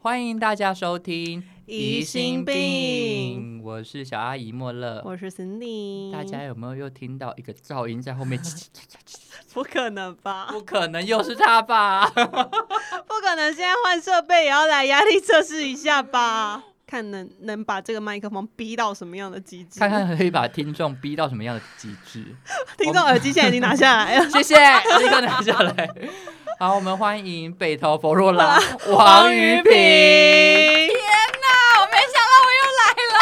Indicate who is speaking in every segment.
Speaker 1: 欢迎大家收听《
Speaker 2: 疑心病
Speaker 1: 我是小阿姨莫乐。
Speaker 2: 我是 Cindy，
Speaker 1: 嗯大家有没有又听到一个噪音在后面？ 叽叽叽叽
Speaker 2: 不可能吧？
Speaker 1: 不可能又是他吧？
Speaker 2: 不可能！现在换设备也要来压力测试一 下吧，看能能把这个麦克风逼到什么样的极致。
Speaker 1: 看看可以把听众逼到什么样的极致。
Speaker 2: 听众耳机现在已经拿下来了。
Speaker 1: 谢谢，立刻拿下来。 好，我们欢迎北投佛若拉 王于平。，
Speaker 3: 那我没想到我又来了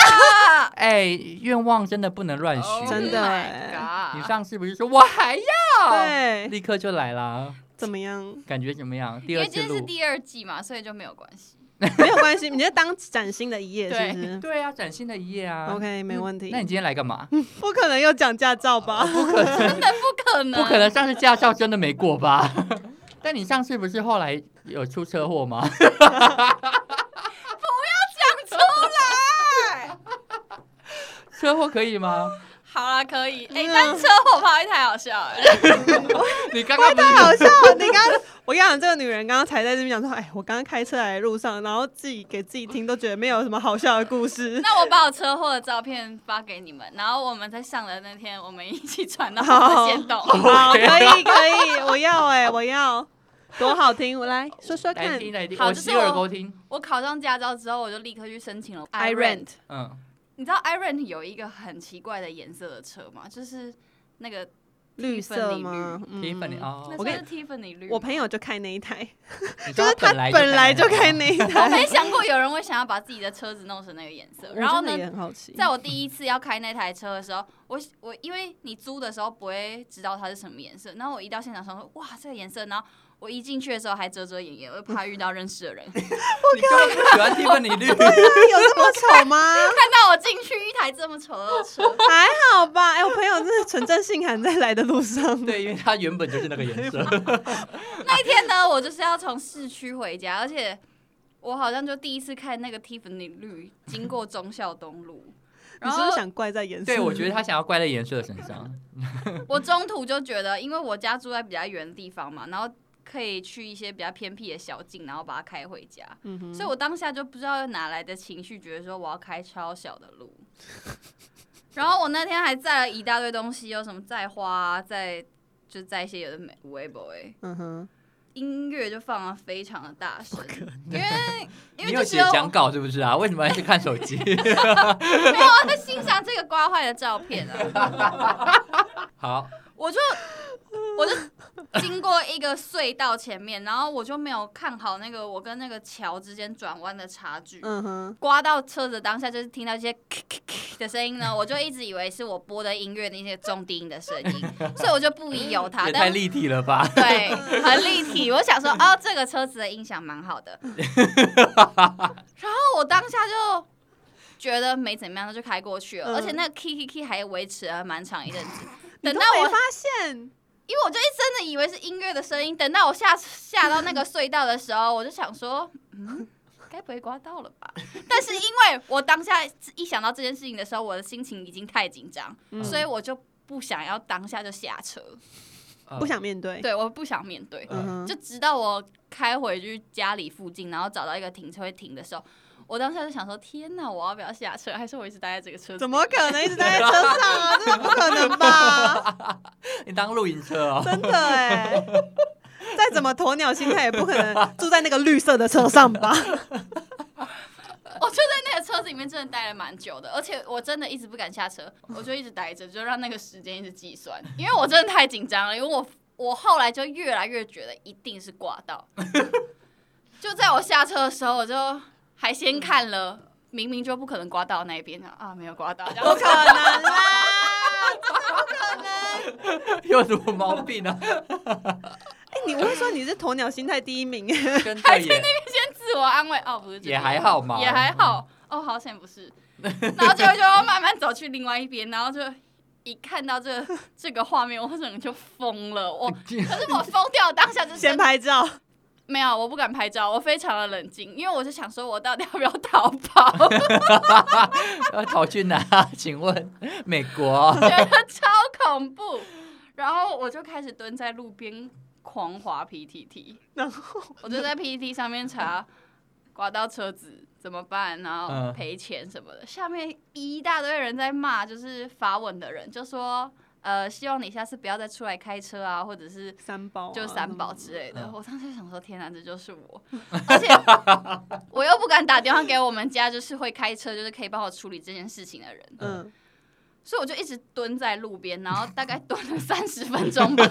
Speaker 1: 哎，愿望真的不能乱许
Speaker 3: Oh
Speaker 2: 真的
Speaker 3: my
Speaker 2: 欸
Speaker 3: God
Speaker 1: 你上次不是说我还要？
Speaker 2: 对，
Speaker 1: 立刻就来啦，
Speaker 2: 怎么样？
Speaker 1: 感觉怎么样？第
Speaker 3: 因
Speaker 1: 二
Speaker 3: 为
Speaker 1: 次
Speaker 3: 今天是
Speaker 1: 录。
Speaker 3: 第二季嘛，所以就没有关系。
Speaker 2: 没有关系，你就当崭新的一页是不是
Speaker 1: 对啊，崭新的一页啊。
Speaker 2: ？OK，没问题
Speaker 1: 那。你今天来干 嘛？
Speaker 2: 不可能又讲驾照吧？
Speaker 1: 不可能，
Speaker 3: 不可能，
Speaker 1: 不 可能！上次驾照真的没过吧？但你上次不是后来有出车祸吗？
Speaker 3: 讲出来。
Speaker 1: 车祸可以吗？
Speaker 3: 好啦，可以。哎、
Speaker 2: 嗯
Speaker 3: 但车祸跑一太好笑哎 了。
Speaker 1: 你刚刚不是
Speaker 2: 太 好笑了！你刚，我跟你讲，这个女人刚刚才在这边讲说，哎，我刚刚开车来的路上，然后自己给自己听，都觉得没有什么好笑的故事。
Speaker 3: 那我把我车祸的照片发给你们，然后我们在上的那天，我们一起传到
Speaker 2: 好
Speaker 3: 先动。
Speaker 2: 好，可
Speaker 1: OK
Speaker 2: 以可以，我要哎、我要，多好听！我来说说
Speaker 1: 来
Speaker 2: 看
Speaker 1: 听来听，
Speaker 3: 好
Speaker 1: 我
Speaker 3: 就是
Speaker 1: 洗耳
Speaker 3: 我
Speaker 1: 朵听。
Speaker 3: 我考上驾照之后，我就立刻去申请了
Speaker 2: ，I rent
Speaker 1: 嗯，
Speaker 3: 你知道 i rent 有一个很奇怪的颜色的车吗？就是那个
Speaker 2: 绿色吗？
Speaker 1: 提粉你。哦
Speaker 3: 那，
Speaker 2: 我
Speaker 3: 算
Speaker 2: 跟
Speaker 3: 是 Tiffany 绿吗。
Speaker 2: 我朋友就开那一台，
Speaker 1: 你
Speaker 2: 就
Speaker 1: 说
Speaker 2: 是他
Speaker 1: 来
Speaker 2: 本来就
Speaker 1: 开
Speaker 2: 开那一
Speaker 3: 我
Speaker 2: 台，
Speaker 3: 没想过有人会想要把自己的车子弄成那个颜色。 然后
Speaker 2: 我真的
Speaker 3: 呢
Speaker 2: 也，很好奇，
Speaker 3: 在我第一次要开那台车的时候，我我因为你租的时候不会知道它是什么颜色，然后我一到现场想说，哇，这个颜色，然后我一进去的时候还遮遮掩掩，我怕遇到认识的人。 看
Speaker 1: 你根本不喜欢提粉你 绿。
Speaker 2: 有这么丑吗？
Speaker 3: 到我进去一台这么丑的车，
Speaker 2: 还好吧，哎、我朋友真是纯正信函在来的路上，
Speaker 1: 对，因为它原本就是那个颜色。
Speaker 3: 那一天呢，我就是要从市区回家，而且我好像就第一次看那个 Tiffany 绿经过忠孝东路，
Speaker 2: 你
Speaker 3: 然
Speaker 2: 是
Speaker 3: 后
Speaker 2: 不是想怪在颜色？
Speaker 1: 对，我觉得他想要怪在颜色身上。
Speaker 3: 我中途就觉得，因为我家住在比较远的地方嘛，然后可以去一些比较偏僻的小径，然后把它开回家。
Speaker 2: 嗯哼
Speaker 3: 所以我当下就不知道哪来的情绪，觉得说我要开超小的路。 然后我那天还载了一大堆东西，有什么载花、啊、载就载一些有的没微博哎，
Speaker 2: 嗯哼，
Speaker 3: 音乐就放的非常的大声，因为因
Speaker 1: 你
Speaker 3: 为
Speaker 1: 有
Speaker 3: 就只
Speaker 1: 写
Speaker 3: 有
Speaker 1: 讲稿是不是啊？为什么还是看手 机？
Speaker 3: 没有啊我在欣赏这个刮坏的照片啊。
Speaker 1: 好，
Speaker 3: 我就我就经过一个隧道前面，然后我就没有看好那个我跟那个桥之间转弯的差距。
Speaker 2: 嗯哼，
Speaker 3: 刮到车子当下，就是听到一些咳咳咳的声音呢，我就一直以为是我播的音乐那些重低音的声音，所以我就不疑有他。
Speaker 1: 也太
Speaker 3: 但
Speaker 1: 立体了吧？
Speaker 3: 对，很立体。我想说，哦，这个车子的音响蛮好 的。然后我当下就觉得没怎么样，就开过去了，
Speaker 2: 嗯
Speaker 3: 而且那个 k k k 还维持了蛮长一阵子。
Speaker 2: 你
Speaker 3: 等
Speaker 2: 都
Speaker 3: 到
Speaker 2: 没
Speaker 3: 我
Speaker 2: 发现，
Speaker 3: 因为我就一真的以为是音乐的声音，等到我下下到那个隧道的时候，我就想说，嗯，该不会刮到了吧？但是因为我当下一想到这件事情的时候，我的心情已经太紧张，
Speaker 2: 嗯
Speaker 3: 所以我就不想要当下就下车，
Speaker 1: 呃
Speaker 2: 不想面对，
Speaker 3: 对，我不想面对，
Speaker 2: 嗯哼，
Speaker 3: 就直到我开回去家里附近，然后找到一个停车位停的时候。我当下就想说，天哪，我要不要下车？还是我一直待在这个车子？
Speaker 2: 怎么可能一直待在车上啊？真的不可能吧？
Speaker 1: 嗯你当露营车 哦。
Speaker 2: 真的哎、再怎么鸵鸟心态也不可能住在那个绿色的车上吧？
Speaker 3: 我就在那个车子里面真的待了蛮久的，而且我真的一直不敢下车，我就一直待着，就让那个时间一直计算，因为我真的太紧张了，因为我我后来就越来越觉得一定是挂到， 就在我下车的时候，我就还先看了。明明就不可能刮到那一边啊，没有刮到，然
Speaker 2: 不
Speaker 3: 后
Speaker 2: 可能啦！不可能！
Speaker 1: 有什么毛病 啊？
Speaker 2: 哎、你我会说你是鸵鸟心态第一名哎、
Speaker 1: 真的耶，
Speaker 3: 先自我安慰哦，不是这边
Speaker 1: 也还好嘛
Speaker 3: 也还好哦，好险不是，然后就就慢慢走去另外一边，然后就一看到这这个画面，我整个就疯了，我可是我疯掉当下就是
Speaker 2: 先拍照，
Speaker 3: 没有，我不敢拍照，我非常的冷静，因为我就想说，我到底要不要逃跑？
Speaker 1: 要逃去哪？请 问美国？
Speaker 3: 觉得超恐怖。然后我就开始蹲在路边狂滑 PTT，
Speaker 2: 然后
Speaker 3: 我就在 PTT 上面查刮到车子怎么办，然后
Speaker 1: 嗯
Speaker 3: 赔钱什么的。下面一大堆人在骂，就是法文的人就说，呃，希望你下次不要再出来开车啊，或者是
Speaker 2: 三包、啊、
Speaker 3: 就三宝
Speaker 2: 什么
Speaker 3: 之类的。
Speaker 1: 嗯
Speaker 3: 我当时想说，天哪，这就是我，而且我又不敢打电话给我们家，就是会开车，就是可以帮我处理这件事情的人，
Speaker 1: 嗯
Speaker 2: 嗯，
Speaker 3: 所以我就一直蹲在路边，然后大概蹲了三十分钟 吧，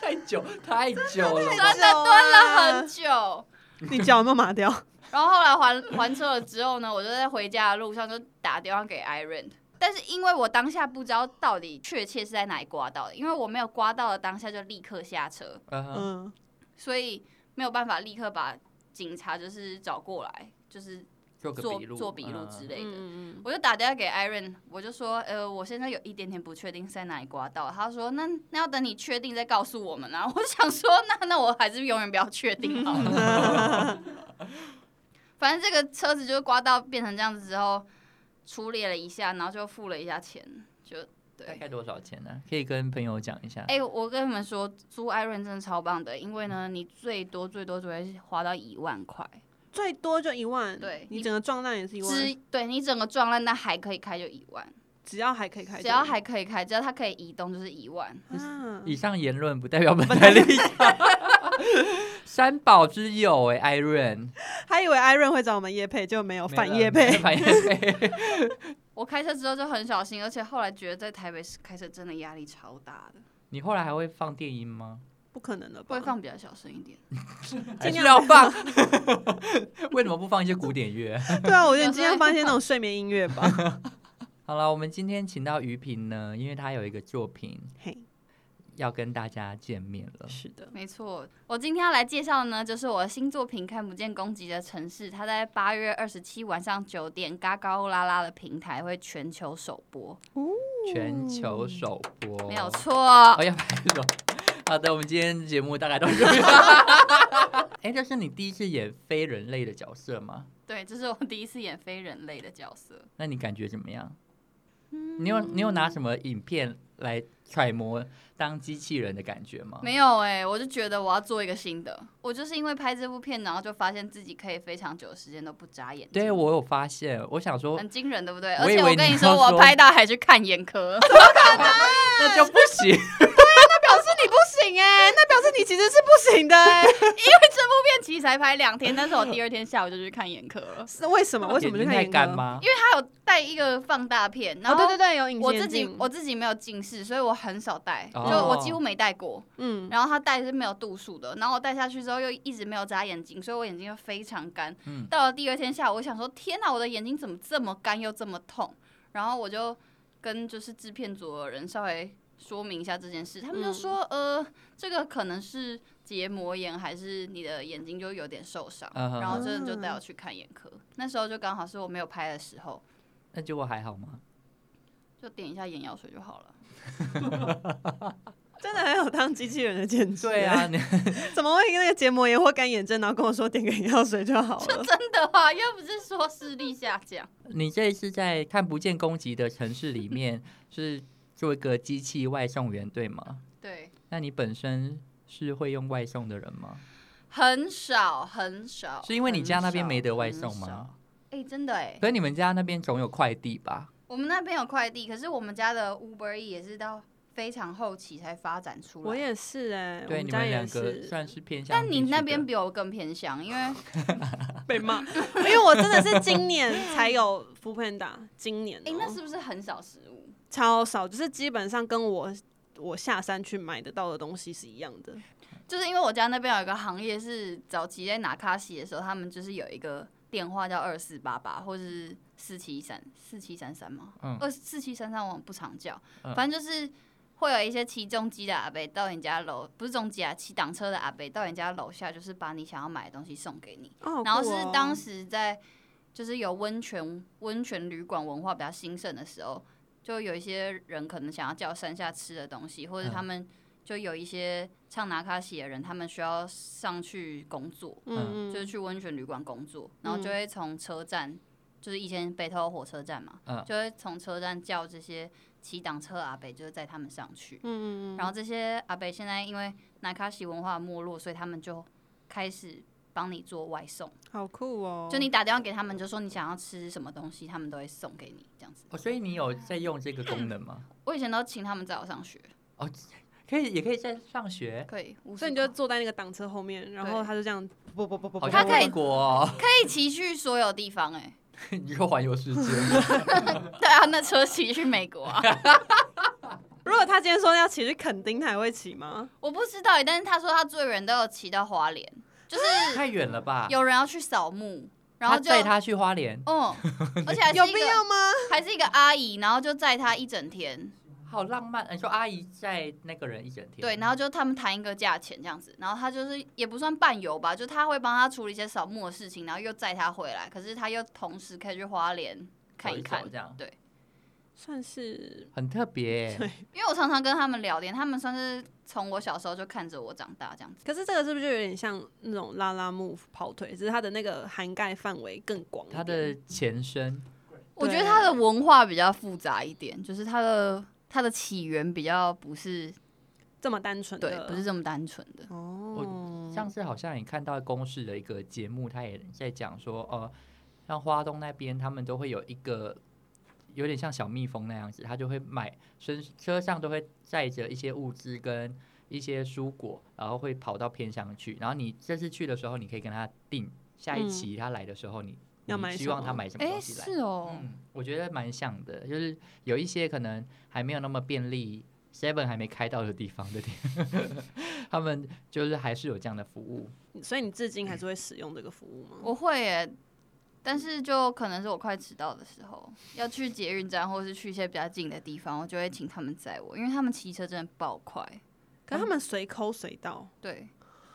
Speaker 1: 太久太久啊了
Speaker 3: 真
Speaker 1: 吧，
Speaker 3: 的蹲了很久。
Speaker 2: 嗯你脚有没有麻掉？
Speaker 3: 然后后来还 还车了之后呢，我就在回家的路上就打电话给 Iron，但是因为我当下不知道到底确切是在哪里刮到的，因为我没有刮到的当下就立刻下车，
Speaker 1: 嗯
Speaker 2: 嗯，
Speaker 3: 所以没有办法立刻把警察就是找过来，就是
Speaker 1: 做个
Speaker 3: 做
Speaker 1: 笔录啊
Speaker 3: 做笔录之
Speaker 1: 类。
Speaker 3: 类的。
Speaker 2: 嗯
Speaker 3: 我就打电话给 Iron，我就说，呃，我现在有一点点不确定是在哪里刮到。他说，那那要等你确定再告诉我们啊。我就想说，那那我还是永远不要确定好了。 反正这个车子就刮到变成这样子之后，处理了一下，然后就付了一下钱，就对
Speaker 1: 大。概多少钱呢？可以跟朋友讲一下。
Speaker 3: 哎、我跟你们说，租 Iron 真的超棒的，因为呢，你最多最多只会花到一万块，
Speaker 2: 最多就一万，
Speaker 3: 对
Speaker 2: 你
Speaker 3: 你
Speaker 2: 整个撞烂也是一
Speaker 3: 只
Speaker 2: 万，
Speaker 3: 对你整个撞烂，那还可以开就一万，
Speaker 2: 只要还可以开就一万，
Speaker 3: 只要还可以开，只要它可以移动就是一万。
Speaker 2: 啊
Speaker 1: 以上言论不代表本台立 场。三宝之友哎、艾润
Speaker 2: 还以为艾润会找我们叶配，就没有哦反叶
Speaker 1: 配，
Speaker 2: 配，
Speaker 1: 反叶配，
Speaker 3: 我开车之后就很小心，而且后来觉得在台北市开车真的压力超大的，
Speaker 1: 你后来还会放电音吗？
Speaker 2: 不可能的吧？
Speaker 3: 会放比较小声一点。
Speaker 1: 还
Speaker 2: 尽
Speaker 1: 是
Speaker 2: 量
Speaker 1: 要放？ 为什么不放一些古典乐？
Speaker 2: 对啊，我觉得你今天放一些那种睡眠音乐吧。
Speaker 1: 好了，我们今天请到于平呢，因为他有一个作品
Speaker 2: 嘿，
Speaker 1: 要跟大家见面了。
Speaker 2: 是的，
Speaker 3: 没错，我今天要来介绍的呢，就是我的新作品《看不见攻击的城市》，它在八月二十七晚上九点，嘎嘎欧啦啦的平台会全球首播，
Speaker 2: 嗯
Speaker 1: 全球首播，
Speaker 3: 没有错
Speaker 1: 哦，。要拍手。好的，我们今天节目大概到这 里。哎，这是你第一次演非人类的角色吗？
Speaker 3: 对，这是我第一次演非人类的角色。
Speaker 1: 那你感觉怎么样？你
Speaker 3: 嗯
Speaker 1: 有你有拿什么影片来揣摩当机器人的感觉吗？
Speaker 3: 没有哎、我就觉得我要做一个新的。我就是因为拍这部片，然后就发现自己可以非常久的时间都不眨眼睛。
Speaker 1: 对我有发现，我想说
Speaker 3: 很惊人，对不对？
Speaker 1: 我
Speaker 3: 而
Speaker 1: 以为
Speaker 3: 且我跟
Speaker 1: 你
Speaker 3: 你说，
Speaker 1: 要说
Speaker 3: 我拍到还去看眼科，
Speaker 1: 那就不行，
Speaker 2: 表示你不行哎、那表示你其实是不行的哎、
Speaker 3: 片期才拍两天，但是我第二天下午就去看眼科了，
Speaker 2: 是为什么？为什么
Speaker 1: 眼睛
Speaker 2: 就看
Speaker 1: 太
Speaker 2: 严
Speaker 1: 干
Speaker 2: 格？
Speaker 1: 吗？
Speaker 3: 因为他有带一个放大片，然
Speaker 2: 哦，
Speaker 3: 后、
Speaker 2: 对对对，有隐形
Speaker 3: 我
Speaker 2: 眼
Speaker 3: 自己
Speaker 2: 镜
Speaker 3: 我自己没有近视，所以我很少戴，
Speaker 1: 哦
Speaker 3: 就我几乎没戴过。
Speaker 2: 嗯，
Speaker 3: 然后他戴是没有度数的，然后我戴下去之后又一直没有眨眼睛，所以我眼睛就非常干。
Speaker 1: 嗯
Speaker 3: 到了第二天下午，我想说天哪，我的眼睛怎么这么干又这么痛？然后我就跟就是制片组的人稍微说明一下这件事，他们就说、呃，这个可能是结膜炎，还是你的眼睛就有点受伤。
Speaker 1: 嗯哼
Speaker 3: 然后真的就带我去看眼科，那时候就刚好是我没有拍的时候，
Speaker 1: 那结果还好吗？
Speaker 3: 就点一下眼药水就好了。
Speaker 2: 真的很有当机器人的坚持、
Speaker 1: 对 啊，，你
Speaker 2: 怎么会那个结膜炎或干眼症，然后跟我说点个眼药水就好了？
Speaker 3: 真的啊，又不是说视力下降，
Speaker 1: 你这一次在看不见攻击的城市里 面是做一个机器外送员对吗？
Speaker 3: 对，
Speaker 1: 那你本身是会用外送的人吗？
Speaker 3: 很少哦很少。
Speaker 1: 是因为你家那边没得外
Speaker 3: 很少
Speaker 1: 送？吗？
Speaker 3: 哎、真的哎、
Speaker 1: 可是你们家那边总有快递吧？
Speaker 3: 我们那边有快递，可是我们家的 Uber E 也是到非常后期才发展出来。
Speaker 2: 我也是哎、我
Speaker 1: 对，你
Speaker 2: 家
Speaker 1: 们
Speaker 2: 也
Speaker 1: 两个
Speaker 2: 是
Speaker 1: 算是偏向地
Speaker 3: 但
Speaker 1: 区的。
Speaker 3: 你那边比我更偏向，因为
Speaker 2: 被 骂，因为我真的是今 年才有 f o o p a n d a 今年、
Speaker 3: 哎、
Speaker 2: 哦
Speaker 3: 那是不是很少食物？
Speaker 2: 超少，就是基本上跟我我下山去买得到的东西是一样的。
Speaker 3: 就是因为我家那边有一个行业是早期在拿卡西的时候，他们就是有一个电话叫二四八八，或是四七三四七三三吗？
Speaker 1: 嗯
Speaker 3: 二四七三三我不常叫，
Speaker 1: 嗯
Speaker 3: 反正就是会有一些骑重机的阿伯到你家楼，不是重机啊，骑挡车的阿伯到你家楼下，就是把你想要买的东西送给你。
Speaker 2: 哦，好
Speaker 3: 然后
Speaker 2: 酷
Speaker 3: 是
Speaker 2: 哦
Speaker 3: 当时在就是有温泉温泉旅馆文化比较兴盛的时候，就有一些人可能想要叫山下吃的东西，或者
Speaker 1: 嗯
Speaker 3: 他们就有一些唱拿卡西的人，他们需要上去工作，
Speaker 2: 嗯
Speaker 3: 就是
Speaker 2: 嗯，
Speaker 3: 去温泉旅馆工作，然后就会从车站，就是以前北投火车站嘛，
Speaker 1: 嗯
Speaker 3: 就会从车站叫这些骑挡车阿北，就是载他们上去。
Speaker 2: 嗯嗯嗯，
Speaker 3: 然后这些阿北现在因为拿卡西文化没落，所以他们就开始帮你做外送，
Speaker 2: 好酷哦！
Speaker 3: 就你打电话给他们，就说你想要吃什么东西，他们都会送给你这样子。
Speaker 1: 哦，所以你有在用这个功能吗？
Speaker 3: 我以前都请他们载我上学，
Speaker 1: 哦，可以，也可以在上学，
Speaker 3: 可以，50
Speaker 2: 所以你就
Speaker 3: 块
Speaker 2: 坐在那个挡车后面，然后
Speaker 3: 对
Speaker 2: 他就这样不不不不不，
Speaker 1: 好
Speaker 3: 他
Speaker 1: 像
Speaker 3: 可以
Speaker 1: 外国、哦，
Speaker 3: 可以骑去所有地方哎、
Speaker 1: 你说环游世界，
Speaker 3: 对啊，那车骑去美国啊，
Speaker 2: 如果他今天说要骑去垦丁，他还会骑吗？
Speaker 3: 我不知道欸，但是他说他最远都有骑到花莲，就是
Speaker 1: 太远了吧？
Speaker 3: 有人要去扫墓，然后
Speaker 1: 啊他
Speaker 3: 就
Speaker 1: 载他去花莲，
Speaker 3: 嗯，而且还是
Speaker 2: 有
Speaker 3: 一
Speaker 2: 必
Speaker 3: 个
Speaker 2: 要吗？
Speaker 3: 还是一个阿姨，然后就载他一整天，
Speaker 1: 好浪漫。呃你说阿姨载那个人一整天，
Speaker 3: 对，然后就他们谈一个价钱这样子，然后他就是也不算伴游吧，就他会帮他处理一些扫墓的事情，然后又载他回来，可是他又同时可以去花莲看
Speaker 1: 走一
Speaker 3: 看
Speaker 1: 走这样
Speaker 3: 对，
Speaker 2: 算是
Speaker 1: 很特 别欸耶。
Speaker 3: 因为我常常跟他们聊天，他们算是从我小时候就看着我长大这样子。
Speaker 2: 可是这个是不是就有点像那种拉拉木跑腿，只是它的那个涵盖范围更广一点？
Speaker 1: 他的前身
Speaker 3: 我觉得他的文化比较复杂一点，就是他的他的起源比较不是
Speaker 2: 这么单纯
Speaker 3: 对
Speaker 2: 的，，
Speaker 3: 不是这么单纯的。
Speaker 2: 哦，
Speaker 1: 上次好像也看到公视的一个节目，他也在讲说，呃，像花东那边他们都会有一个有点像小蜜蜂那样子，他就会买身车上都会载着一些物资跟一些蔬果，然后会跑到偏乡去。然后你这次去的时候，你可以跟他定下一期他来的时候你，你
Speaker 2: 嗯要买什
Speaker 1: 希望
Speaker 2: 么
Speaker 1: 他买什么
Speaker 3: 哎、
Speaker 1: 东西来。
Speaker 3: 是哦，
Speaker 1: 嗯，我觉得蛮像的，就是有一些可能还没有那么便利，Seven 还没开到的地方 的店，他们就是还是有这样的服务。
Speaker 2: 所以你至今还是会使用这个服务吗？
Speaker 3: 我会耶，但是就可能是我快迟到的时候，要去捷运站或是去一些比较近的地方，我就会请他们载我，因为他们骑车真的爆快。
Speaker 2: 可是他们随抠随到，
Speaker 3: 对，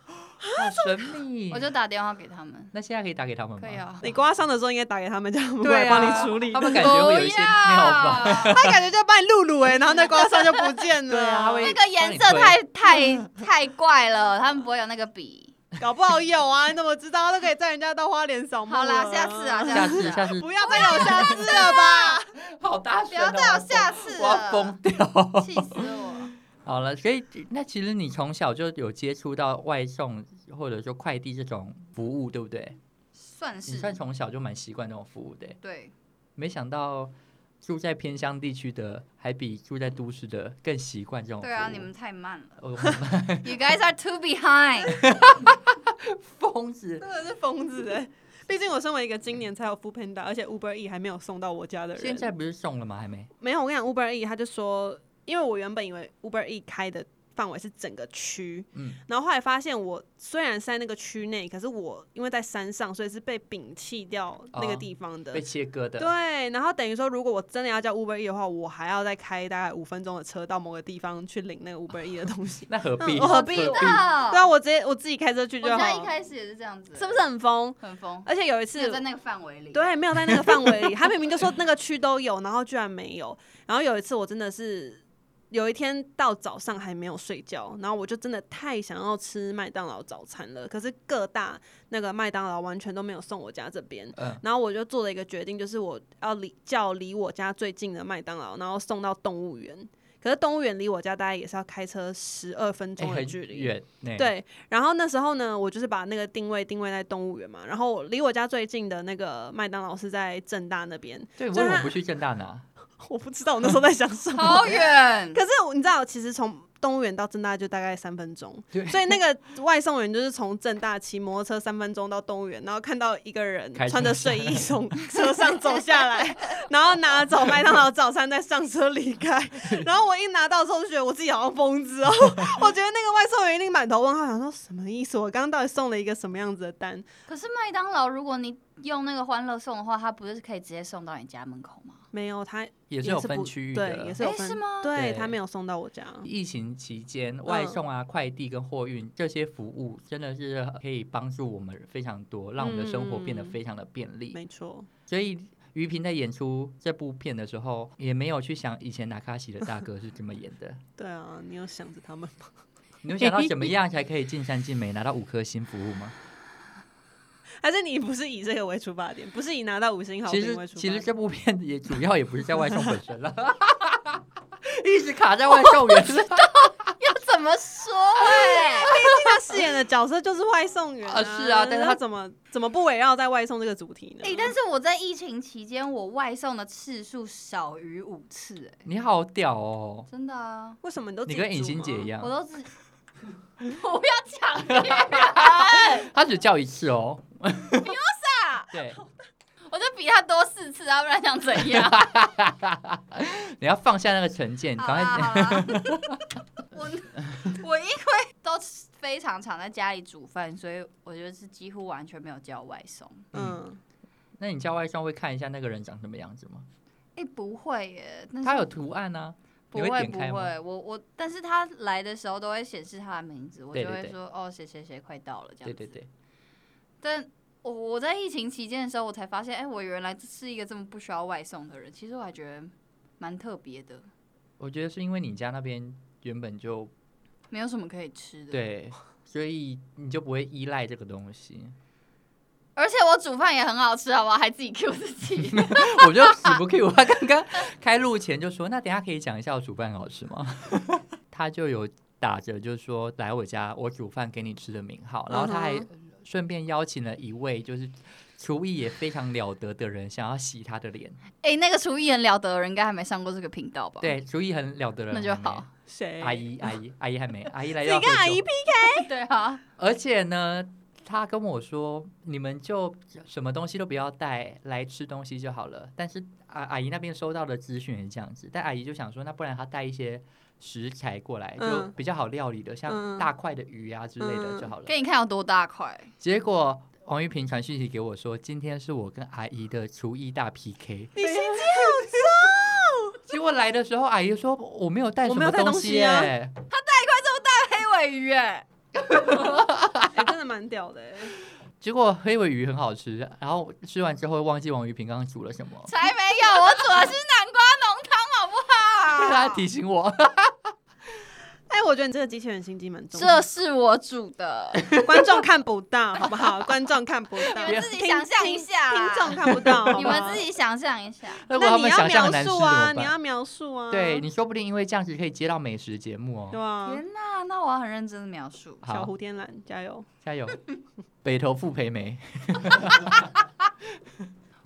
Speaker 1: 好神秘！
Speaker 3: 我就打电话给他们，
Speaker 1: 那现在可以打给他们吗？
Speaker 3: 可以啊。
Speaker 2: 你刮伤的时候应该打给他们，叫他们过
Speaker 1: 对
Speaker 2: 来
Speaker 1: 啊，
Speaker 2: 帮你处理。
Speaker 1: 他们感觉会有一些
Speaker 3: 不
Speaker 1: 妙
Speaker 3: 要
Speaker 1: 吧？
Speaker 2: 他感觉就帮你露露哎，然后那刮伤就不见了。
Speaker 1: 对啊他会
Speaker 3: 那个颜色太太太怪了，他们不会有那个笔。
Speaker 2: 搞不好有啊，你怎么知道？他都可以载人家到花莲扫墓
Speaker 3: 好啦，
Speaker 2: 了
Speaker 3: 下次啊，，
Speaker 1: 下
Speaker 3: 次
Speaker 1: 次下
Speaker 3: 啊，
Speaker 1: 次
Speaker 2: 不要再有下次了吧？
Speaker 1: 好大
Speaker 3: 不
Speaker 1: 声、
Speaker 3: 要
Speaker 1: 哦！
Speaker 3: 再有下次
Speaker 1: 我要疯
Speaker 3: 了，
Speaker 1: 掉！
Speaker 3: 气死啊我！
Speaker 1: 好了，所以那其实你从小就有接触到外送或者说快递这种服务，对不对？
Speaker 3: 算
Speaker 1: 你
Speaker 3: 是
Speaker 1: 算从小就蛮习惯这种服务的、
Speaker 3: 对，
Speaker 1: 没想到住在偏乡地区的还比住在都市的更习惯这种服务。呃
Speaker 3: 对啊，你们太慢了
Speaker 1: 我们
Speaker 3: ，You guys are too behind。
Speaker 1: 疯子，
Speaker 2: 真的是疯子哎！毕竟我身为一个今年才有 Food Panda，而且 Uber E 还没有送到我家的人，
Speaker 1: 现在不是送了吗？还没。
Speaker 2: 没有。我跟你讲，Uber E 他就说，因为我原本以为 Uber E 开的范围是整个区，
Speaker 1: 嗯
Speaker 2: 然后后来发现我虽然是在那个区内，可是我因为在山上，所以是被摒弃掉那个
Speaker 1: 哦
Speaker 2: 地方的。
Speaker 1: 被切割的。
Speaker 2: 对，然后等于说，如果我真的要叫 Uber E 的话，我还要再开大概五分钟的车到某个地方去领那个 Uber E 的 东西。
Speaker 1: 那何必？
Speaker 2: 嗯我何必
Speaker 3: 真的
Speaker 2: 对啊，我直接我自己开车去
Speaker 3: 我
Speaker 2: 就
Speaker 3: 家
Speaker 2: 好
Speaker 3: 一
Speaker 2: 了，
Speaker 3: 开始也是这样子，
Speaker 2: 是不是很疯？
Speaker 3: 很疯？
Speaker 2: 而且有一次
Speaker 3: 是有在那个范围里。，
Speaker 2: 对，没啊有在那个范围里。他明明就说那个区都有，然后居然没有。然后有一次我真的是有一天到早上还没有睡觉，然后我就真的太想要吃麦当劳早餐了，可是各大那个麦当劳完全都没有送我家这边。
Speaker 1: 嗯
Speaker 2: 然后我就做了一个决定，就是我要离叫离我家最近的麦当劳，然后送到动物园。可是动物园离我家大概也是要开车十二分
Speaker 1: 哎
Speaker 2: 钟的
Speaker 1: 很
Speaker 2: 距离，
Speaker 1: 远呢。，
Speaker 2: 对，然后那时候呢，我就是把那个定位定位在动物园嘛，然后离我家最近的那个麦当劳是在正大那边，
Speaker 1: 对，为
Speaker 2: 就
Speaker 1: 什么
Speaker 2: 他
Speaker 1: 不去正大拿？
Speaker 2: 我不知道我那时候在想什么。
Speaker 3: 好远。
Speaker 2: 可是我你知道，其实从动物园到正大就大概三分钟
Speaker 1: 对，
Speaker 2: 所以那个外送员就是从正大骑摩托车三分钟到动物园，然后看到一个人
Speaker 1: 开
Speaker 2: 穿
Speaker 1: 车
Speaker 2: 着睡衣从车上走下来， 然后拿走麦当劳早餐再上车离 开。然后我一拿到的时候，就觉得我自己好像疯子哦，我觉得那个外送员一定满头问号，想说什么意思？我刚刚到底送了一个什么样子的单？
Speaker 3: 可是麦当劳，如果你用那个欢乐送的话，它不是可以直接送到你家门口吗？
Speaker 2: 没有，他
Speaker 1: 也是有
Speaker 2: 不
Speaker 1: 分区域
Speaker 2: 对，也
Speaker 1: 的。
Speaker 2: 是有
Speaker 3: 诶
Speaker 2: 分，
Speaker 3: 是吗
Speaker 2: 对
Speaker 1: 对
Speaker 2: 他没有送到我家。
Speaker 1: 疫情期间，
Speaker 2: 嗯
Speaker 1: 外送啊、快递跟货运这些服务，真的是可以帮助我们非常多，让我们的生活变得
Speaker 2: 嗯
Speaker 1: 非常的便利。
Speaker 2: 没错，
Speaker 1: 所以于平在演出这部片的时候，也没有去想以前拿卡西的大哥是怎么演 的。
Speaker 2: 对啊，你有想着他们吗？
Speaker 1: 你会想到怎么样才可以尽善尽美，拿到五颗星服务 吗？
Speaker 2: 还是你不是以这个为出发点， 不是以拿到五星好
Speaker 1: 其
Speaker 2: 评为
Speaker 1: 实
Speaker 2: 出发
Speaker 1: 其
Speaker 2: 点？
Speaker 1: 实这部片也主 要 也不是在外送本身了，一直卡在外送员。
Speaker 3: 要怎么说
Speaker 2: 啊
Speaker 3: 哎、
Speaker 2: 毕竟他饰演的角色就是外送员
Speaker 1: 啊是啊但是他
Speaker 2: 那怎么怎么不围绕在外送这个主题呢？
Speaker 3: 哎、但是我在疫情期间，我外送的次数少于五次、哎，
Speaker 1: 你好屌哦，
Speaker 3: 真的啊，
Speaker 2: 为什么你都
Speaker 1: 你跟
Speaker 2: 尹
Speaker 1: 尹欣姐一
Speaker 2: 样？
Speaker 1: 样
Speaker 3: 我，都 是不要讲别人，
Speaker 1: 她只叫一次哦。
Speaker 3: 傻
Speaker 1: 对，
Speaker 3: 我就比他多四次啊，不然想怎样？
Speaker 1: 你要放下那个成见，赶
Speaker 3: 好啦
Speaker 1: 快。
Speaker 3: 好啦， 我我因为都非常常在家里煮饭，所以我就是几乎完全没有叫外送。
Speaker 2: 嗯，
Speaker 1: 那你叫外送会看一下那个人长什么样子吗？
Speaker 3: 哎、不会耶，但是
Speaker 1: 他有图案啊，
Speaker 3: 不
Speaker 1: 你会
Speaker 3: 会
Speaker 1: 点
Speaker 3: 不
Speaker 1: 开吗？
Speaker 3: 会，我我，但是他来的时候都会显示他的名字，我
Speaker 1: 对
Speaker 3: 就
Speaker 1: 对
Speaker 3: 会
Speaker 1: 对
Speaker 3: 说哦，谁谁谁快到了这样
Speaker 1: 对
Speaker 3: 子。
Speaker 1: 对对，
Speaker 3: 但我我在疫情期间的时候，我才发现，哎、我原来是一个这么不需要外送的人。其实我还觉得蛮特别的，
Speaker 1: 我觉得是因为你家那边原本就
Speaker 3: 没有什么可以吃的。，
Speaker 1: 对，所以你就不会依赖这个东西。
Speaker 3: 而且我煮饭也很好吃，好不好？还自己 Q 自己。
Speaker 1: 我就死不 Q 他。刚刚开录前就说，那等一下可以讲一下我煮饭好吃吗？ 他就有打着就说来我家我煮饭给你吃的名号，然后他还
Speaker 2: 嗯
Speaker 1: 顺便邀请了一位就是厨艺也非常了得的人，想要洗他的脸。
Speaker 3: 哎、那个厨艺很了得的人，应该还没上过这个频道吧？，
Speaker 1: 对，厨艺很了得的人
Speaker 3: 那就
Speaker 1: 还没
Speaker 3: 好。
Speaker 2: 谁？
Speaker 1: 阿姨，阿姨，阿姨还没，阿姨来
Speaker 2: 你
Speaker 1: 要
Speaker 2: 跟
Speaker 1: 喝
Speaker 2: 阿
Speaker 1: 酒
Speaker 2: 姨 PK，
Speaker 3: 对啊，
Speaker 1: 而且呢，他跟我说，你们就什么东西都不要带来吃东西就好了。但是阿、阿姨那边收到的资讯也是这样子，但阿姨就想说，那不然她带一些食材过来，就
Speaker 2: 嗯
Speaker 1: 比较好料理的，像
Speaker 2: 嗯
Speaker 1: 大块的鱼啊之类的
Speaker 2: 嗯
Speaker 1: 就好了。
Speaker 3: 给你看有多大块。
Speaker 1: 结果黄玉平传讯息给我说，今天是我跟阿姨的厨艺大 PK。
Speaker 2: 你心机
Speaker 1: 结果来的时候，阿姨说我没有带
Speaker 2: 我
Speaker 1: 什
Speaker 2: 没有
Speaker 1: 么
Speaker 2: 带东
Speaker 1: 西
Speaker 2: 西
Speaker 1: 耶、
Speaker 2: 啊
Speaker 3: 黑尾鱼、哎，
Speaker 2: 好真的蛮屌的欸。
Speaker 1: 结果黑尾鱼很好吃，然后吃完之后会忘记王玉平刚刚煮了什么。
Speaker 3: 才没有，我煮的是南瓜浓汤，好不好？
Speaker 1: 他提醒我，
Speaker 2: 哎，我觉得你这个机器人心机蛮重
Speaker 3: 这
Speaker 2: 的，
Speaker 3: 是我煮 的，
Speaker 2: 啊观众看不到，好不好？观众看不到，
Speaker 3: 你们自己
Speaker 2: 听
Speaker 3: 想象一
Speaker 2: 听
Speaker 3: 下啦
Speaker 2: 听众看不到，好不好
Speaker 3: 你们自。己想象一下。
Speaker 1: 那如果
Speaker 2: 那
Speaker 1: 他
Speaker 2: 你
Speaker 1: 们
Speaker 2: 要
Speaker 1: 想象
Speaker 2: 描
Speaker 1: 难吃
Speaker 2: 述
Speaker 1: 怎
Speaker 2: 啊，
Speaker 1: 么
Speaker 2: 你
Speaker 1: 办？
Speaker 2: 要描述啊，
Speaker 1: 对你说不定因为这样子可以接到美食节目
Speaker 2: 对
Speaker 1: 哦。
Speaker 2: 啊，
Speaker 3: 天哪，那我要很认真的描述。
Speaker 2: 小
Speaker 1: 好
Speaker 2: 胡，天蓝，加油！
Speaker 1: 加 油！北投傅培 梅，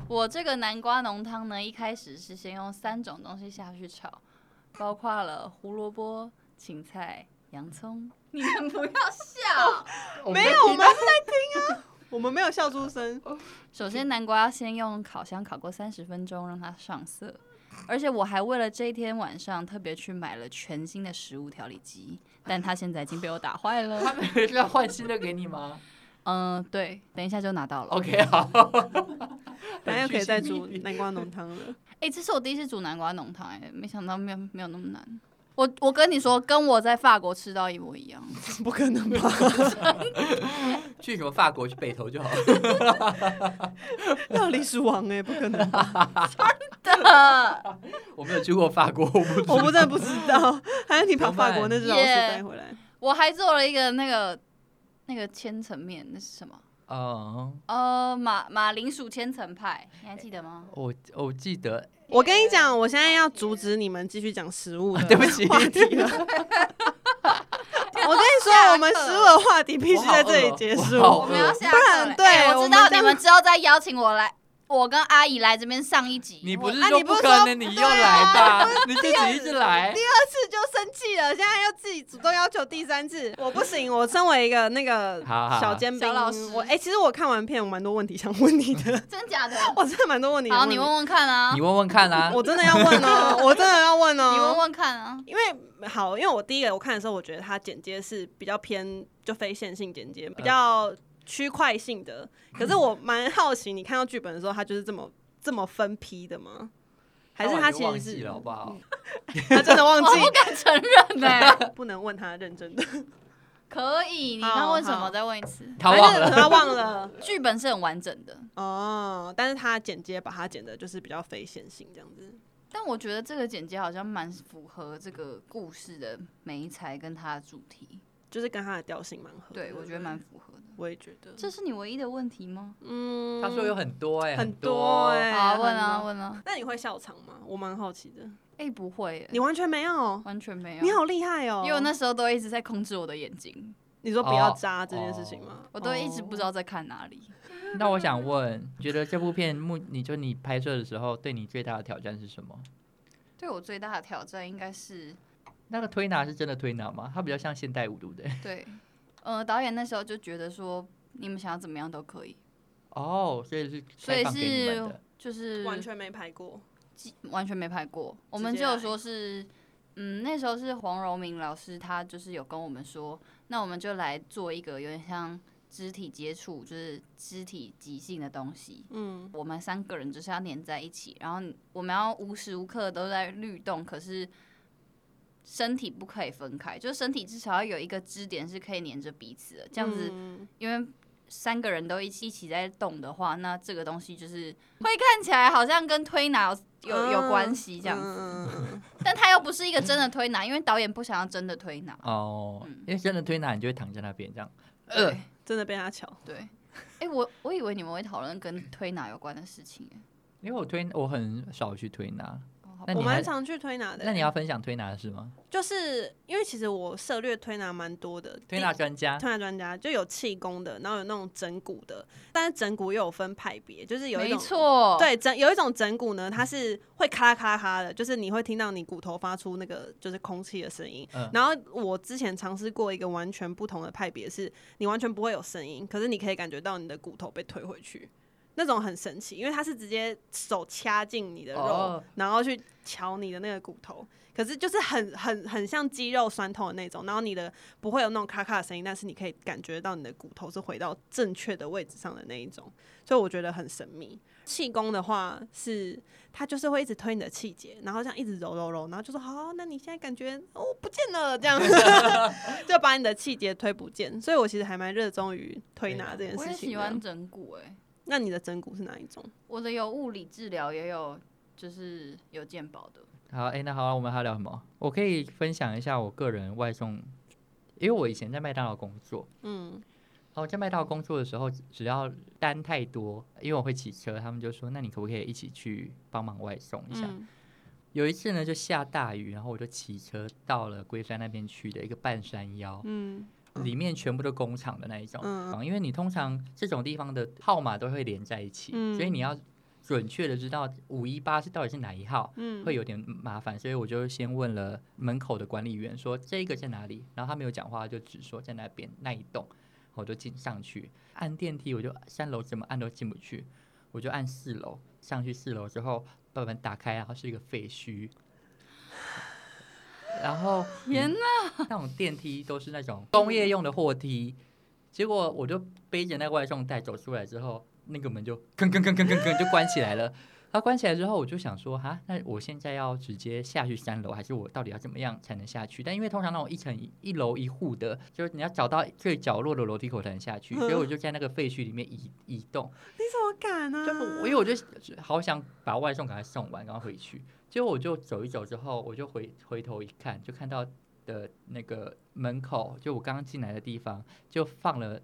Speaker 3: 我这个南瓜浓汤呢，一开始是先用三种东西下去炒，包括了胡萝卜、芹菜、洋葱。你们不要笑。
Speaker 2: 没有，我们是在听啊， 我们没有笑出声。
Speaker 1: 哦
Speaker 3: 首先，南瓜要先用烤箱烤过三十分钟，让它上色。而且我还为了这一天晚上特别去买了全新的食物调理机，但它现在已经被我打坏了。
Speaker 1: 他们是要换新的给你吗
Speaker 3: 嗯，对，等一下就拿到了。
Speaker 1: ？OK，好。
Speaker 2: 等下
Speaker 1: 很
Speaker 2: 可以
Speaker 1: 居
Speaker 2: 再
Speaker 1: 心
Speaker 2: 煮
Speaker 1: 叵
Speaker 2: 南瓜浓汤了。
Speaker 3: 哎、这是我第一次煮南瓜浓汤，哎，没想到没有没有那么难。我我跟你说，跟我在法国吃到一模一 样。
Speaker 2: 不可能吧？
Speaker 1: 异 去什么法国去北投就好了。
Speaker 2: 料理鼠王哎、不可 能吧！
Speaker 1: 我没有去过法国，我不 知
Speaker 2: 我不真的不知道，还是你把
Speaker 1: 怎么办
Speaker 2: 法国那只老鼠带回来？
Speaker 3: 我还做了一个那个那个千层面，那是什么？
Speaker 2: 哦
Speaker 1: 嗯，
Speaker 3: 呃，马马铃薯千层派，你还记得吗？
Speaker 1: 我我记得，
Speaker 2: 我跟你讲，我现在要阻止你们继续讲食物的
Speaker 1: 对不起
Speaker 2: 话题 了。我跟你说，我们食物的话题必须在这里结束
Speaker 1: 我。好饿
Speaker 3: 我们要下
Speaker 2: 哦不
Speaker 3: 课
Speaker 2: 然
Speaker 3: 了。
Speaker 2: 对
Speaker 3: 哎我
Speaker 2: 我
Speaker 3: 知
Speaker 2: 们
Speaker 3: 道
Speaker 2: 这
Speaker 3: 你们之后再邀请我来，我跟阿姨来这边上一集。
Speaker 1: 你不
Speaker 3: 我
Speaker 1: 是
Speaker 2: 啊
Speaker 1: 说
Speaker 2: 你不是
Speaker 1: 可
Speaker 2: 说
Speaker 1: 能，你又
Speaker 2: 对啊
Speaker 1: 来吧？ 你自己一直来
Speaker 2: 第。二次就生气了，现在又自己主动要求第三次，我不行。我身为一个那个
Speaker 1: 好好好
Speaker 2: 小尖兵，
Speaker 3: 小老师
Speaker 2: 我哎、其实我看完片，我蛮多问题想问你的，
Speaker 3: 真假的？
Speaker 2: 我真的蛮多问题想
Speaker 3: 好，
Speaker 2: 问
Speaker 3: 你问问看啊，
Speaker 1: 你
Speaker 3: 你
Speaker 1: 问问看啦。
Speaker 2: 我真的要问哦，我真的要问 哦，
Speaker 3: 问问看啊。
Speaker 2: 因为好，因为我第一个我看的时候，我觉得它剪接是比较偏就非线性剪接，比
Speaker 1: 嗯
Speaker 2: 较区块性的。可是我蛮好奇，你看到剧本的时候，它就是这么这么分批的吗？还是
Speaker 1: 那我
Speaker 2: 他
Speaker 1: 就
Speaker 2: 其
Speaker 1: 忘
Speaker 2: 实
Speaker 1: 记
Speaker 2: 是嗯
Speaker 1: 了好不好？
Speaker 2: 他真的 忘
Speaker 3: 我
Speaker 2: 记啊
Speaker 3: 不，敢承认 呢、
Speaker 2: 不能问他认真的，
Speaker 3: 可以，你
Speaker 2: 好
Speaker 3: 刚问什么？
Speaker 2: 好
Speaker 3: 再问一次。
Speaker 1: 他忘
Speaker 2: 反正
Speaker 1: 了。
Speaker 2: 他忘了
Speaker 3: 剧本是很完整的，
Speaker 2: 哦。但是他剪接把它剪的就是比较非线性这样子。
Speaker 3: 但我觉得这个剪接好像蛮符合这个故事的美材跟它的主题，
Speaker 2: 就是跟他的调性蛮合的，
Speaker 3: 对我觉得蛮符合的。
Speaker 2: 我也觉得，
Speaker 3: 这是你唯一的问题吗？
Speaker 2: 嗯，
Speaker 1: 他说有很多哎、
Speaker 2: 很
Speaker 1: 多
Speaker 2: 哎、
Speaker 3: 好啊，
Speaker 2: 很
Speaker 3: 问啊
Speaker 2: 多。
Speaker 3: 问啊。
Speaker 2: 那你会笑场吗？我蛮好奇的。
Speaker 3: 哎、不会耶，
Speaker 2: 你完全没有，
Speaker 3: 完全没有。
Speaker 2: 你好厉害哦！
Speaker 3: 因为我那时候都一直在控制我的眼睛，
Speaker 2: 你说不要扎这件事情吗？
Speaker 3: 我都一直不知
Speaker 2: 哦。
Speaker 3: 道在看哪里。
Speaker 1: 那我想问，觉得这部片目你就你拍摄的时候，对你最大的挑战是什么？
Speaker 3: 对我最大的挑战应该是
Speaker 1: 那个推拿是真的推拿吗？它比较像现代舞，对不对？
Speaker 3: 对，呃，导演那时候就觉得说你们想要怎么样都可以，
Speaker 1: 哦，所以是
Speaker 3: 所以
Speaker 1: 开放给你
Speaker 3: 是
Speaker 1: 们的，
Speaker 3: 就是
Speaker 2: 完全没拍过，
Speaker 3: 完全没拍过，我们
Speaker 2: 直
Speaker 3: 只
Speaker 2: 接
Speaker 3: 有
Speaker 2: 来
Speaker 3: 说是，嗯，那时候是黄柔明老师，他就是有跟我们说，那我们就来做一个有点像肢体接触，就是肢体即兴的东西。
Speaker 2: 嗯，
Speaker 3: 我们三个人就是要黏在一起，然后你我们要无时无刻都在律动，可是身体不可以分开，就是身体至少要有一个支点是可以黏着彼此的，这样子
Speaker 2: 嗯
Speaker 3: 因为三个人都一起一起在动的话，那这个东西就是会看起来好像跟推拿有有有关系这样子，
Speaker 2: 啊嗯嗯嗯
Speaker 3: 但它又不是一个真的推拿，因为导演不想要真的推拿。
Speaker 1: 哦，
Speaker 3: 嗯
Speaker 1: 因为真的推拿，你就会躺在那边这样。呃
Speaker 3: 对
Speaker 2: 真的被他瞧，
Speaker 3: 对，哎、我我以为你们会讨论跟推拿有关的事情、
Speaker 2: 呃
Speaker 3: 哎
Speaker 1: 因为我推我很少去推拿，
Speaker 3: 哦好吧
Speaker 1: 那
Speaker 2: 我
Speaker 1: 你还
Speaker 2: 蛮常去推拿的。
Speaker 1: 那你要分享推拿的事吗？
Speaker 2: 就是因为其实我涉略推拿蛮多的，
Speaker 1: 推拿专家
Speaker 2: 推拿专家就有气功的，然后有那种整骨的，但是整骨又有分派别，就是有一
Speaker 3: 没
Speaker 2: 种
Speaker 3: 错，，
Speaker 2: 对整有一种整骨呢，
Speaker 1: 嗯
Speaker 2: 它是会咔啦咔啦咔啦的，就是你会听到你骨头发出那个就是空气的声音。
Speaker 1: 嗯
Speaker 2: 然后我之前尝试过一个完全不同的派别，是你完全不会有声音，可是你可以感觉到你的骨头被推回去。那种很神奇，因为它是直接手掐进你的肉，
Speaker 1: 哦
Speaker 2: 然后去瞧你的那个骨头，可是就是很很很像肌肉酸痛的那种，然后你的不会有那种咔咔的声音，但是你可以感觉到你的骨头是回到正确的位置上的那一种，所以我觉得很神秘。气功的话是，它就是会一直推你的气节，然后这样一直揉揉揉，然后就说好、那你现在感觉哦不见了，这样就把你的气节推不见。所以我其实还蛮热衷于推拿这件
Speaker 3: 我
Speaker 2: 事
Speaker 3: 也
Speaker 2: 情
Speaker 3: 喜
Speaker 2: 的
Speaker 3: 欢。整骨、哎，
Speaker 2: 那你的整骨是哪一种？
Speaker 3: 我的有物理治疗，也有就是有健保的，
Speaker 1: 好，哎、那好、啊，我们还要聊什么？我可以分享一下我个人外送，因为我以前在麦当劳工作，
Speaker 2: 嗯，
Speaker 1: 然哦后在麦当劳工作的时候，只要单太多，因为我会骑车，他们就说，那你可不可以一起去帮忙外送一下？
Speaker 2: 嗯
Speaker 1: 有一次呢，就下大雨，然后我就骑车到了龟山那边去的一个半山腰，
Speaker 2: 嗯
Speaker 1: 里面全部都工厂的那一种。哦
Speaker 2: 嗯
Speaker 1: 因为你通常这种地方的号码都会连在一起，
Speaker 2: 嗯
Speaker 1: 所以你要准确的知道五一八是到底是哪一号，
Speaker 2: 嗯
Speaker 1: 会有点麻烦，所以我就先问了门口的管理员说这个在哪里，然后他没有讲话，就只说在那边那一栋，我就进上去按电梯，我就三楼怎么按都进不去，我就按四楼上去四楼之后把门打开，然后是一个废墟， 然后
Speaker 3: 天
Speaker 1: 哪， 那种电梯都是那种工业用的货梯，结果我就背着那个外送袋走出来之后，那个门就 吭吭吭吭吭吭就关起来了。它关起来之后，我就想说，哈，那我现在要直接下去三楼，还是我到底要怎么样才能下去？但因为通常那种一层一一楼一户的，就是你要找到最角落的楼梯口才能下去，
Speaker 2: 嗯
Speaker 1: 所以我就在那个废墟里面移移动，
Speaker 2: 你怎么敢呢、啊？
Speaker 1: 就是我因为我就好想把外送赶快送完，赶快回去。结果我就走一走之后，我就回回头一看，就看到的那个门口，就我刚刚进来的地方，就放了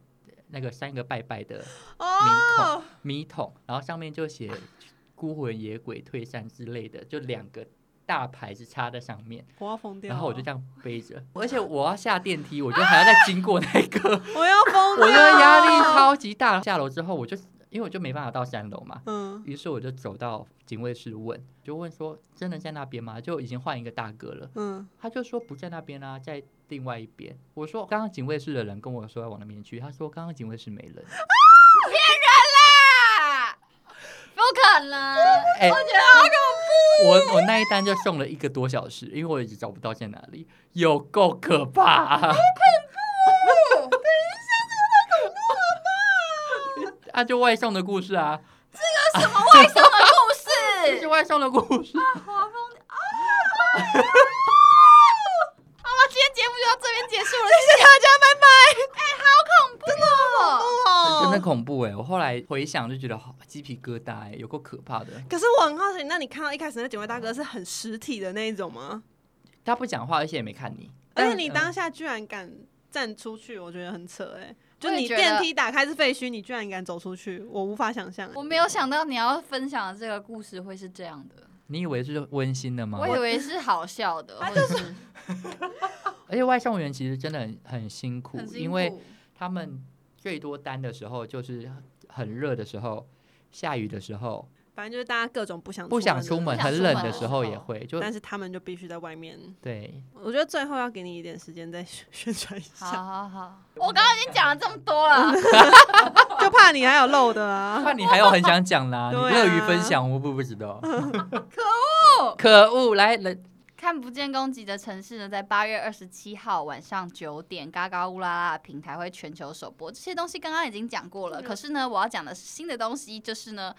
Speaker 1: 那个三个拜拜的
Speaker 2: 哦，
Speaker 1: 米桶，然后上面就写“孤魂野鬼退散”之类的，就两个大牌子插在上面，
Speaker 2: 我要疯掉了，
Speaker 1: 然后我就这样背着， 而且我要下电梯，我就还要再经过那个，
Speaker 2: 我要疯
Speaker 1: 我
Speaker 2: 掉，
Speaker 1: 的压力，超级大。下楼之后，我就因为我就没办法到三楼嘛，
Speaker 2: 嗯，
Speaker 1: 于是我就走到警卫室问，就问说：“真的在那边吗？”就已经换一个大哥了。
Speaker 2: 嗯，
Speaker 1: 他就说不在那边啊，在另外一边。我说刚刚警卫室的人跟我说要往那边去，他说刚刚警卫室没人。
Speaker 3: 啊，不可能。
Speaker 1: 哎、我觉得好恐怖！我我那一单就送了一个多小时，因为我一直找不到在哪里，有够可怕！ 好恐怖！等一下，这个太恐怖了吧？啊，就外送的故事啊，
Speaker 3: 外送的故
Speaker 1: 这
Speaker 3: 事
Speaker 1: 是。外送的故事。
Speaker 3: 好了，今天节目就到这边结束了，谢谢大家，拜拜。哎、好恐怖、哦！
Speaker 1: 真的
Speaker 2: 哦，
Speaker 1: 恐怖哎、我后来回想就觉得好鸡皮疙瘩哎、有够可怕的。
Speaker 2: 可是我很好奇，那你看到一开始那警卫大哥是很实体的那一种吗？
Speaker 1: 他不讲话，而且也没看你，
Speaker 2: 而且
Speaker 1: 但
Speaker 2: 你
Speaker 1: 嗯
Speaker 2: 当下居然敢站出去，我觉得很扯哎、就
Speaker 3: 我也
Speaker 2: 你
Speaker 3: 觉
Speaker 2: 电
Speaker 3: 得
Speaker 2: 梯打开是废墟，你居然敢走出去，我无法想象。
Speaker 3: 我没有想到你要分享的这个故事会是这样的，
Speaker 1: 你以为是温馨的吗？
Speaker 3: 我以为是好笑的，或者是
Speaker 1: 而且外送员其实真的很很辛苦，
Speaker 3: 很辛苦
Speaker 1: 因为他们最多单的时候就是很热的时候、下雨的时候、
Speaker 2: 反正就是大家各种不想
Speaker 1: 不想出
Speaker 2: 门
Speaker 1: 门、
Speaker 3: 不
Speaker 2: 的
Speaker 3: 想
Speaker 1: 很
Speaker 3: 出
Speaker 1: 冷
Speaker 3: 门
Speaker 1: 的
Speaker 3: 的
Speaker 1: 时
Speaker 3: 时
Speaker 1: 候
Speaker 3: 候
Speaker 1: 也会，就
Speaker 2: 人，但是他们就必须在外面。
Speaker 1: 对。
Speaker 2: 我觉得最后要给你一点时间再宣传一
Speaker 3: 好
Speaker 2: 下，
Speaker 3: 好好，我刚刚已经讲了这么多了，
Speaker 2: 就怕你还有漏的啊。
Speaker 1: 那你还有很想讲啦，你
Speaker 2: 对啊
Speaker 1: 乐于分享，我不不知道。
Speaker 3: 恶
Speaker 1: 可恶！来来，
Speaker 3: 看不见攻击的城市呢，在八月二十七号晚上九点，嘎嘎乌拉拉平台会全球首播。这些东西刚刚已经讲过了，
Speaker 2: 嗯
Speaker 3: 可是呢，我要讲的是新的东西就是呢，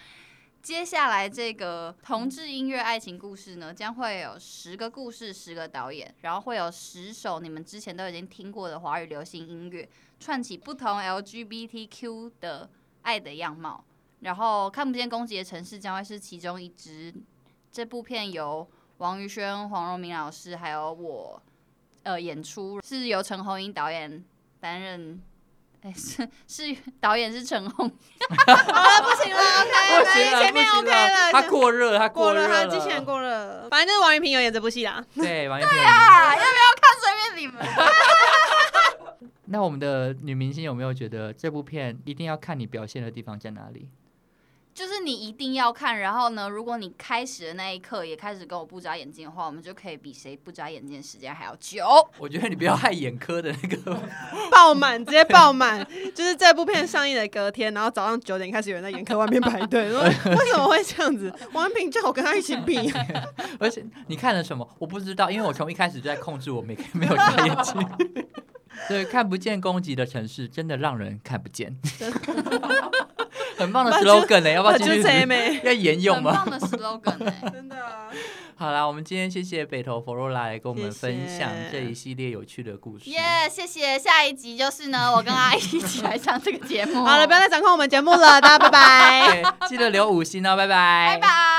Speaker 3: 接下来这个同志音乐爱情故事呢，将会有十个故事，十个导演，然后会有十首你们之前都已经听过的华语流行音乐，串起不同 LGBTQ 的爱的样貌。然后，看不见攻击的城市将会是其中一支。这部片由王宇轩、黄荣明老师还有我，呃，演出是由陈红英导演担任，哎、是是导演是陈红，
Speaker 2: 好了，不行了，OK，
Speaker 1: 不
Speaker 2: 反
Speaker 1: 行
Speaker 2: 正
Speaker 1: 了，
Speaker 2: 前面
Speaker 1: 不行
Speaker 2: OK
Speaker 1: 了
Speaker 2: 了，
Speaker 1: 他过热，他
Speaker 2: 过
Speaker 1: 热
Speaker 2: 了，他
Speaker 1: 了，
Speaker 2: 机器人过了，反正就是王云平有演这部戏 啦。
Speaker 1: 对，王一
Speaker 3: 啊，要不要看随便你们。
Speaker 1: 那我们的女明星有没有觉得这部片一定要看你表现的地方在哪里？
Speaker 3: 就是你一定要看，然后呢，如果你开始的那一刻也开始跟我不眨眼睛的话，我们就可以比谁不眨眼睛的时间还要久。
Speaker 1: 我觉得你不要害眼科的那个
Speaker 2: 爆满，直接爆满， 就是这部片上映的隔天，然后早上九点开始有人在眼科外面排队， 说为什么会这样子？王品叫 我跟他一起比，
Speaker 1: 而且你看了什么？我不知道，因为我从一开始就在控制我没没有戴眼镜。 对，看不见攻击的城市真的让人看不见， 很棒的 slogan 呢、要不要
Speaker 2: 我
Speaker 1: 继
Speaker 2: 就
Speaker 1: 续？
Speaker 2: 是这 妹，
Speaker 1: 要沿用
Speaker 3: 很
Speaker 1: 吗？
Speaker 3: 棒的 slogan 哎、
Speaker 2: 真的啊，
Speaker 1: 好啦，我们今天谢谢北投佛罗拉来跟我们
Speaker 2: 谢谢
Speaker 1: 分享这一系列有趣的故事。
Speaker 3: 耶、谢谢。下一集就是呢，我跟阿姨一起来 上这个节目。
Speaker 2: 好了，不要再掌控我们节目了，大家拜拜。
Speaker 1: 对，记得留五星哦，拜拜，
Speaker 3: 拜拜。